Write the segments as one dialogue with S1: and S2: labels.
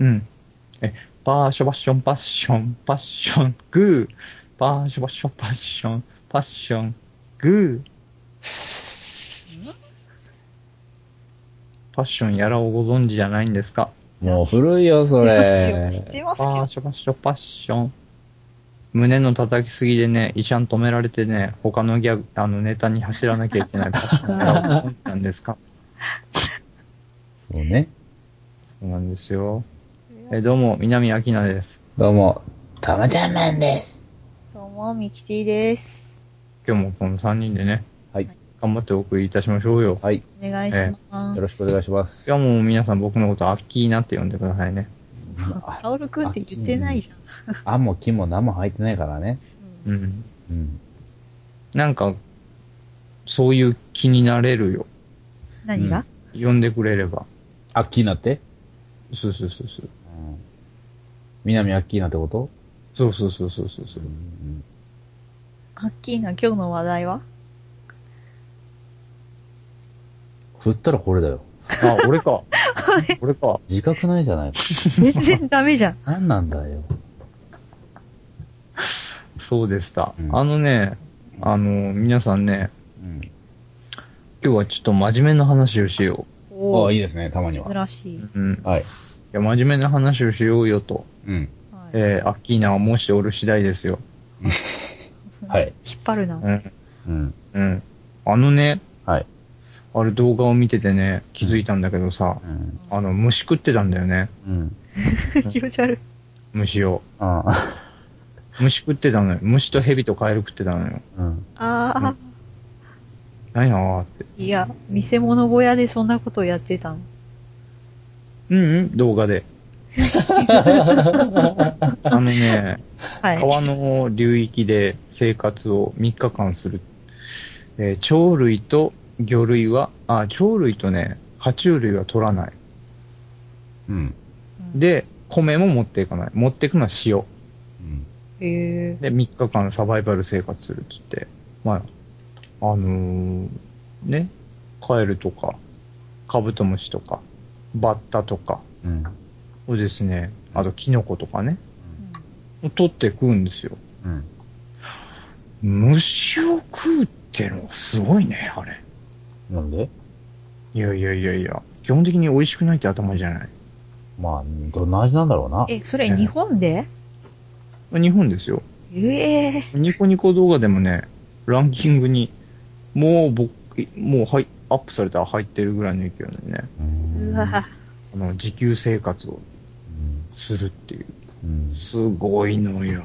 S1: うん。え、パーショパッション、パッション、パッション、グー。パーショパッション、パッション、パッション、グー。パッションやらをご存知じゃないんですか
S2: もう古いよ、それ。
S3: 知ってます
S1: パー
S3: よ。
S1: ショパッショパッション。胸の叩きすぎでね、医者に止められてね、他のギャグ、あの、ネタに走らなきゃいけないパッションやらをご存知なんですか
S2: そうね。
S1: そうなんですよ。え、どうも、南明奈です。
S2: どうも、たまちゃんマンです。
S3: どうも、ミキティです。
S1: 今日もこの3人でね、
S2: はい。
S1: 頑張ってお送りいたしましょうよ。
S2: はい。よ
S3: お願いします。
S2: ろしくお願いしま
S1: い
S2: す。
S1: やもう皆さん僕のことアッキーなって呼んでくださいね。
S3: タオルくんって言ってないじゃん。
S2: あもきも何も入ってないからね。
S3: うん
S1: うん。
S2: うん。
S1: なんか、そういう気になれるよ。
S3: 何が
S1: 呼んでくれれば。
S2: アッキーナって
S1: そうそうそうそう。
S2: うん。南アッキーナってこと
S1: そうそうそうそうそうそう。
S2: ん。
S3: はっきりな今日の話題は
S2: 振ったらこれだよ。
S1: あ、俺か。俺か。
S2: 自覚ないじゃないか。
S3: 全然ダメじゃん。
S2: 何なんだよ。
S1: そうでした。
S2: うん
S1: あのね、あの、皆さんね、
S2: うん。
S1: 今日はちょっと真面目な話をしよ
S3: お
S2: あ
S3: ー
S2: いいですね、たまには。
S3: 珍しい。
S1: う。うん。
S2: はい。
S1: いや、真面目な話をしようよと。
S2: うん。
S3: はい
S1: えー、アッキーナは申しておる次第ですよ。
S2: はい。
S3: 引っ張るな。
S1: うん。
S2: うん。
S1: うん。あのね、
S2: はい。
S1: あれ動画を見ててね、気づいたんだけどさ、
S2: うん。
S1: あの、虫食ってたんだよね。
S2: うん。
S3: 気持ち悪い。
S1: 虫を。
S2: ああ。
S1: 虫食ってたのよ。虫と蛇とカエル食ってたのよ。
S2: うん。
S3: あ
S1: 何やーって。
S3: ー、いや、見せ物小屋でそんなことをやってたの。
S1: うんうん、動画 で。あのね、
S3: はい。
S1: 川の流域で生活を3日間する。えー鳥類と魚類は、あ、鳥類とね、爬虫類は取らない。
S2: うん。
S3: うん、
S1: で、米も持っていかない。持っていくのは塩。
S2: うん。
S3: へ
S1: で、3日間サバイバル生活するっつって。まあ、あのーね、カエルとか、カブトムシとか、バッタとか、
S2: うん。
S1: をですね、あとキノコとかね、
S3: ー
S1: を取って食うんですよ。
S2: うん。
S1: 虫を食うってのはすごいね、あれ。
S2: なんで
S1: いやいやいやいや、基本的に美味しくないって頭じゃない。
S2: まあ、どんな味なんだろうな。
S3: え、それ日本で
S1: 日本ですよ。
S3: ええ
S1: ニコニコ動画でもね、ランキングに、もう僕、もうはい、アップされたら入ってるぐらいの勢いでね、
S2: うん
S3: うわ
S1: あの、自給生活を
S2: うん
S1: するっていう。
S2: うん。
S1: すごいのよ。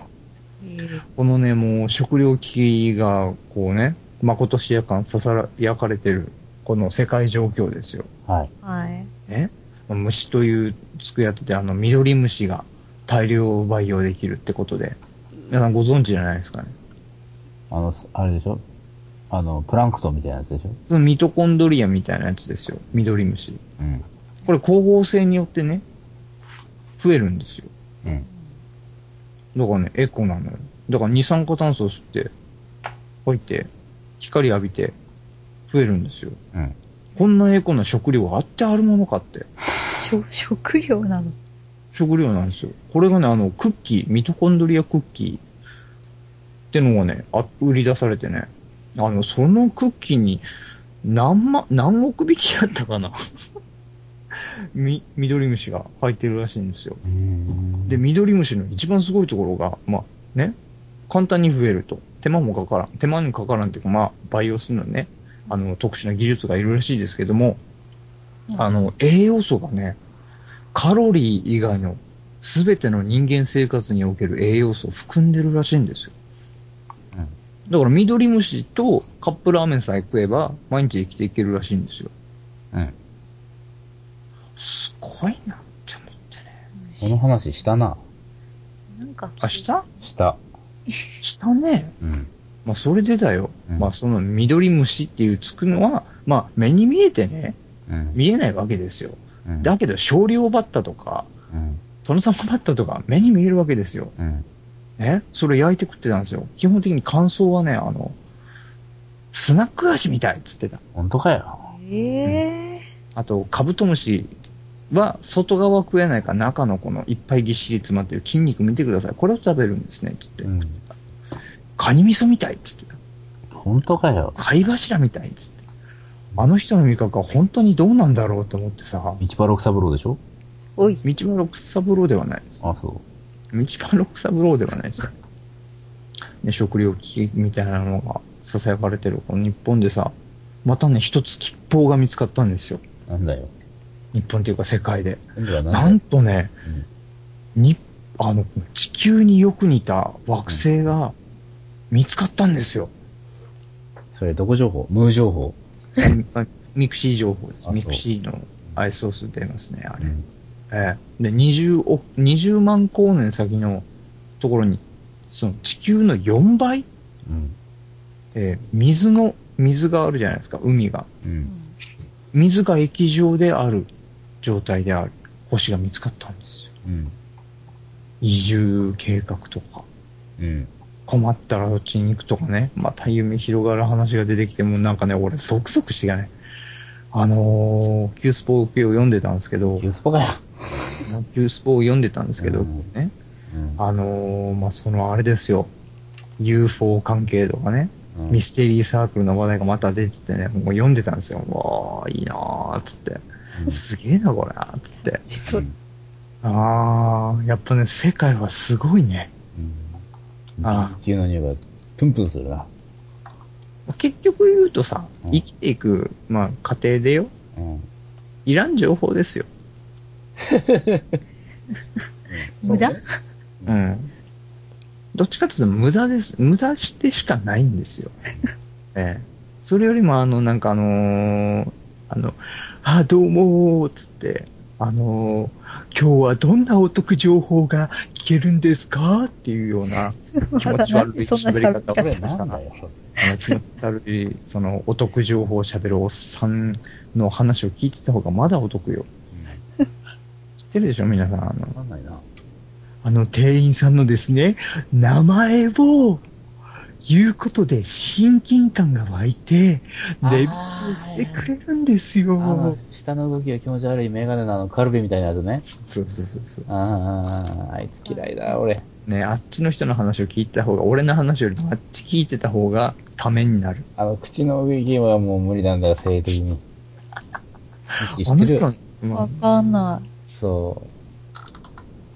S3: ー
S1: このね、もう食糧危機が、こうね、まことしやかんささら、焼かれてる、この世界状況ですよ。
S2: はい。
S3: はい。
S1: ね。虫というつくやつで、あの、緑虫が大量培養できるってことで、皆さんご存知じゃないですかね。
S2: あの、あれでしょあの、プランクトンみたいなやつでしょ
S1: そのミトコンドリアみたいなやつですよ。緑虫。
S2: うん。
S1: これ光合成によってね、増えるんですよ。
S2: うん。
S1: だからね、エコなのよ。だから二酸化炭素を吸って、吐いて、光浴びて、増えるんですよ。
S2: うん。
S1: こんなエコな食料があってあるものかって。
S3: しょ食料なの。
S1: 食料なんですよ。これがね、あの、クッキー、ミトコンドリアクッキーってのがね、あ売り出されてね、あの、そのクッキーに何万、何億匹あったかな み、緑虫が入ってるらしいんですよ。
S2: うん
S1: で、緑虫の一番すごいところが、まあ、ね、簡単に増えると。手間もかからん。手間にかからんっていうか、まあ、培養するのにね、あの、特殊な技術がいるらしいですけども、あの、栄養素がね、カロリー以外の全ての人間生活における栄養素を含んでるらしいんですよ。
S2: うん
S1: だから、緑虫とカップラーメンさえ食えば、毎日生きていけるらしいんですよ。
S2: うん。
S1: すごいなって思ってね。
S2: この話したな。
S3: なんか、
S1: あ、した
S2: した。
S1: したね。
S2: うん。
S1: まあ、それでだよ。
S2: うん
S1: まあ、その緑虫っていうつくのは、まあ、目に見えてね、
S2: うん。
S1: 見えないわけですよ。
S2: うん
S1: だけど、少量バッタとか、
S2: うん。
S1: 殿様バッタとか、目に見えるわけですよ。
S2: うん。
S1: ね。それ焼いて食ってたんですよ。基本的に感想はね、あの、スナック菓子みたいっつってた。
S2: 本当かよ。
S3: ええ
S1: あと、カブトムシは、外側は食えないから中のこのいっぱいぎっしり詰まってる筋肉見てください。これを食べるんですね、つって。
S2: うん。
S1: カニ味噌みたいっつってた。
S2: 本当かよ。
S1: 貝柱みたいっつって。あの人の味覚は本当にどうなんだろうと思ってさ、道
S2: 道場六三郎でしょ
S3: おい。
S1: 場六三郎ではないです。
S2: あ、そ
S1: 道場六三郎ではないです。ね、食料危機みたいなのが囁かれてるこの日本でさ、またね、一つ吉報が見つかったんですよ。
S2: う。なんだよ。
S1: 日本というか世界で。
S2: 今度は何だ
S1: なんとね、
S2: うん
S1: にあの地球によく似た惑星が見つかったんです よ。
S2: それ、どこ情報無情報。
S1: あミクシー情報で
S2: あ
S1: す。
S2: そう
S1: ミクシーの ISOS 出ますね、あ
S2: う
S1: れ。
S2: ん。
S1: ええで20億、20万光年先のところに、その地球の4倍、
S2: うん。
S1: ええ水の、水があるじゃないですか、海が。
S2: う。
S3: うんん
S1: 水が液状である状態である星が見つかったんですよ。
S2: うん。
S1: 移住計画とか。
S2: うん。
S1: 困ったらどっちに行くとかね、また夢広がる話が出てきて、もうなんかね、俺、そくそくしてがね、あのー、キュースポー系を読んでたんですけど、
S2: キ
S1: キ
S2: ュースポかよ。
S1: ュースポを読んでたんですけど、
S2: うん
S1: ね、
S2: うん。
S1: あのー、まあ、そのあれですよ、UFO 関係とかね、
S2: うん
S1: ミステリーサークルの話題がまた出ててね、もう読んでたんですよ。わー、いいなーっつって。すげえな、これーっつって。
S3: そううん
S1: あー、やっぱね、世界はすごいね。
S2: うん。
S1: あ
S2: 地球の匂いがプンプンするな。
S1: 結局言うとさ
S2: う、ん
S1: 生きていく、まあ、過程でよ、
S2: うん。
S1: いらん情報ですよ。
S3: 無駄
S1: うん。どっちかというと無駄です。無駄してしかないんですよ。ええ。それよりも、あの、なんかあのーあの、あ、どうもー、つって、あのー今日はどんなお得情報が聞けるんですかっていうような気持ち悪い
S3: そんな
S1: 喋り
S3: 喋り
S1: 方
S3: 方
S1: を
S2: そ
S1: し
S2: れ
S1: ま
S2: な
S1: した
S2: ん
S1: な。
S2: だよ、それ。
S1: あの気持ち悪い、その、お得情報を喋るおっさんの話を聞いてた方がまだお得よ。知ってるでしょ皆さん。あの
S2: うん。、わかんないな。
S1: あの店員さんのですね、名前を言うことで親近感が湧いて、レビューしてくれるんです
S2: あの
S1: よ。、
S2: 下の動きが気持ち悪いメガネのあの、カルビみたいなやつね。
S1: そうそうそうそう。
S2: ああ、あいつ嫌いだ、俺。
S1: ね、あっちの人の話を聞いた方が、俺の話よりもあっち聞いてた方がためになる。
S2: あの、口の動きはもう無理なんだよ、生理的に。知
S1: あ
S2: っ
S1: の
S2: てる
S1: 人、ま
S3: わかんな
S2: そう。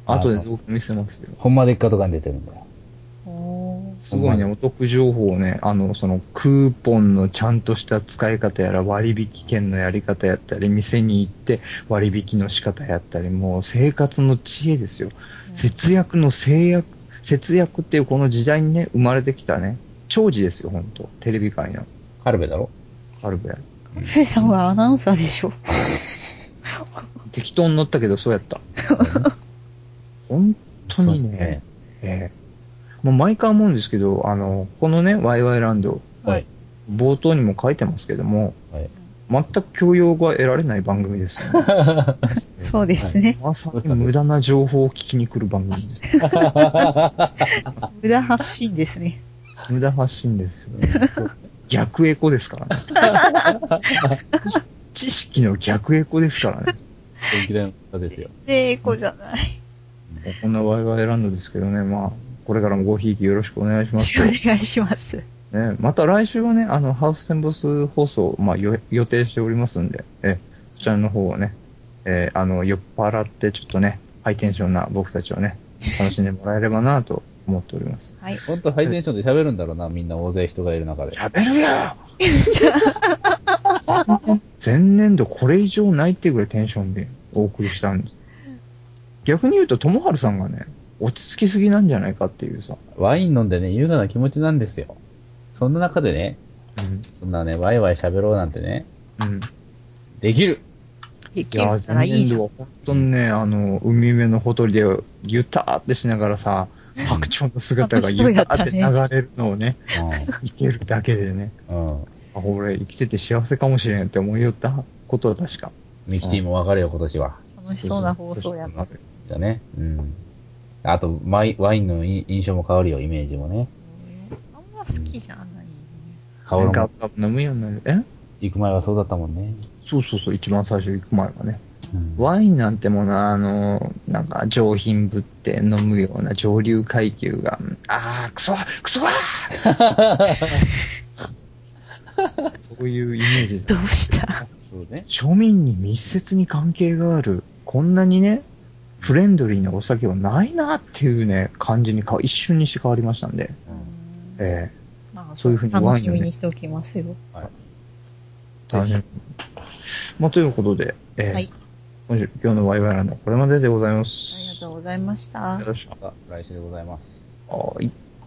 S1: あ、後で
S2: あの
S1: 動画見せますよ。
S2: ほんまでっかとかに出てるんだよ。
S3: い。おー
S1: すごいね、お得情報をね、あの、その、クーポンのちゃんとした使い方やら、割引券のやり方やったり、店に行って割引の仕方やったり、もう生活の知恵ですよ。節約の制約、節約っていうこの時代にね、生まれてきたね、長寿ですよ、本当テレビ界の、
S2: カルベだろ
S1: あるぐらい。
S3: カルフェさんはアナウンサーでしょ。
S1: 適当に乗ったけど、そうやった。本当にね、。ええもう毎回思うんですけど、あの、このね、ワイワイランド、
S2: はい。
S1: 冒頭にも書いてますけども、
S2: はい。
S1: 全く教養が得られない番組です よね。
S3: そうですね。
S1: まさに無駄な情報を聞きに来る番組で す。
S3: 無駄発信ですね。
S1: 無駄発信です よね。逆エコですからね。知識の逆エコですからね。
S2: 電気代のですよ。
S3: で、エコじゃ ない。
S1: こんなワイワイランドですけどね、まあ、これからもごひいきよろしくお願いし
S3: お
S1: ますと。
S3: 願いします。
S1: ね、また来週はね、あの、ハウステンボス放送、まあ、よ予定しておりますんで、え、そちらの方をね、えーあの、酔っ払ってちょっとね、ハイテンションな僕たちをね、楽しんでもらえればなと思っております。
S3: はい。
S2: ほんとハイテンションで喋るんだろうな、みんな大勢人がいる中で。
S1: べるよ前年度これ以上ないってぐらいテンションでお送りしたんです。逆に言うと、ともはるさんがね、落ち着きすぎなんじゃないかっていうさ、
S2: ワイン飲んでね、優雅な気持ちなんですよ。そんな中でね、そんなね、ワイワイ喋ろうなんてね、
S1: うん。うん。
S2: できる
S3: で
S1: い
S3: き
S1: や
S3: るからいい
S1: ー、
S3: じ
S1: 前年
S3: ゃ
S1: 度は
S3: ん。
S1: 本当にね、あの、海辺のほとりで、ゆたーってしながらさ、白鳥の姿が
S3: 楽し
S1: ゆ
S3: そうや
S1: た
S3: った
S1: ー
S3: ね
S1: って流れるのをね、いけるだけでね、
S2: うん。うん。
S1: あ、俺生きてて幸せかもしれんって思いよったことは確か。
S2: ミキティもわかるよ、今年は。
S3: 楽しそうな放送やった。
S2: だね。うん。あと、マイワインのい印象も変わるよ、イメージもね。
S3: あんま好きじゃないね。
S2: 香る
S1: ガ
S2: も
S1: ブガブ飲むようになる。え
S2: 行く前はそうだったもんね。
S1: そうそうそう、一番最初行く前はね。
S3: う
S2: うん
S1: ワインなんてものは、あの、なんか上品ぶって飲むような上流階級が、あー、クソクソ そういうイメージ
S3: ど
S1: だ。
S3: うした
S2: そうね。
S1: 庶民に密接に関係がある、こんなにね、フレンドリーなお酒はないなっていうね、感じにか一瞬にして変わりましたんで、ええ
S3: まあ
S1: そういうふうにワインをね
S3: 楽しみにしておきますよ。
S1: 大変。まあ、ということで、ええ
S3: はい。
S1: 今週今日のワイワイランドはこれまででございま
S3: ありが
S1: す。
S3: とうございました
S1: よ。ろしく
S2: また来週でございます。
S1: はい。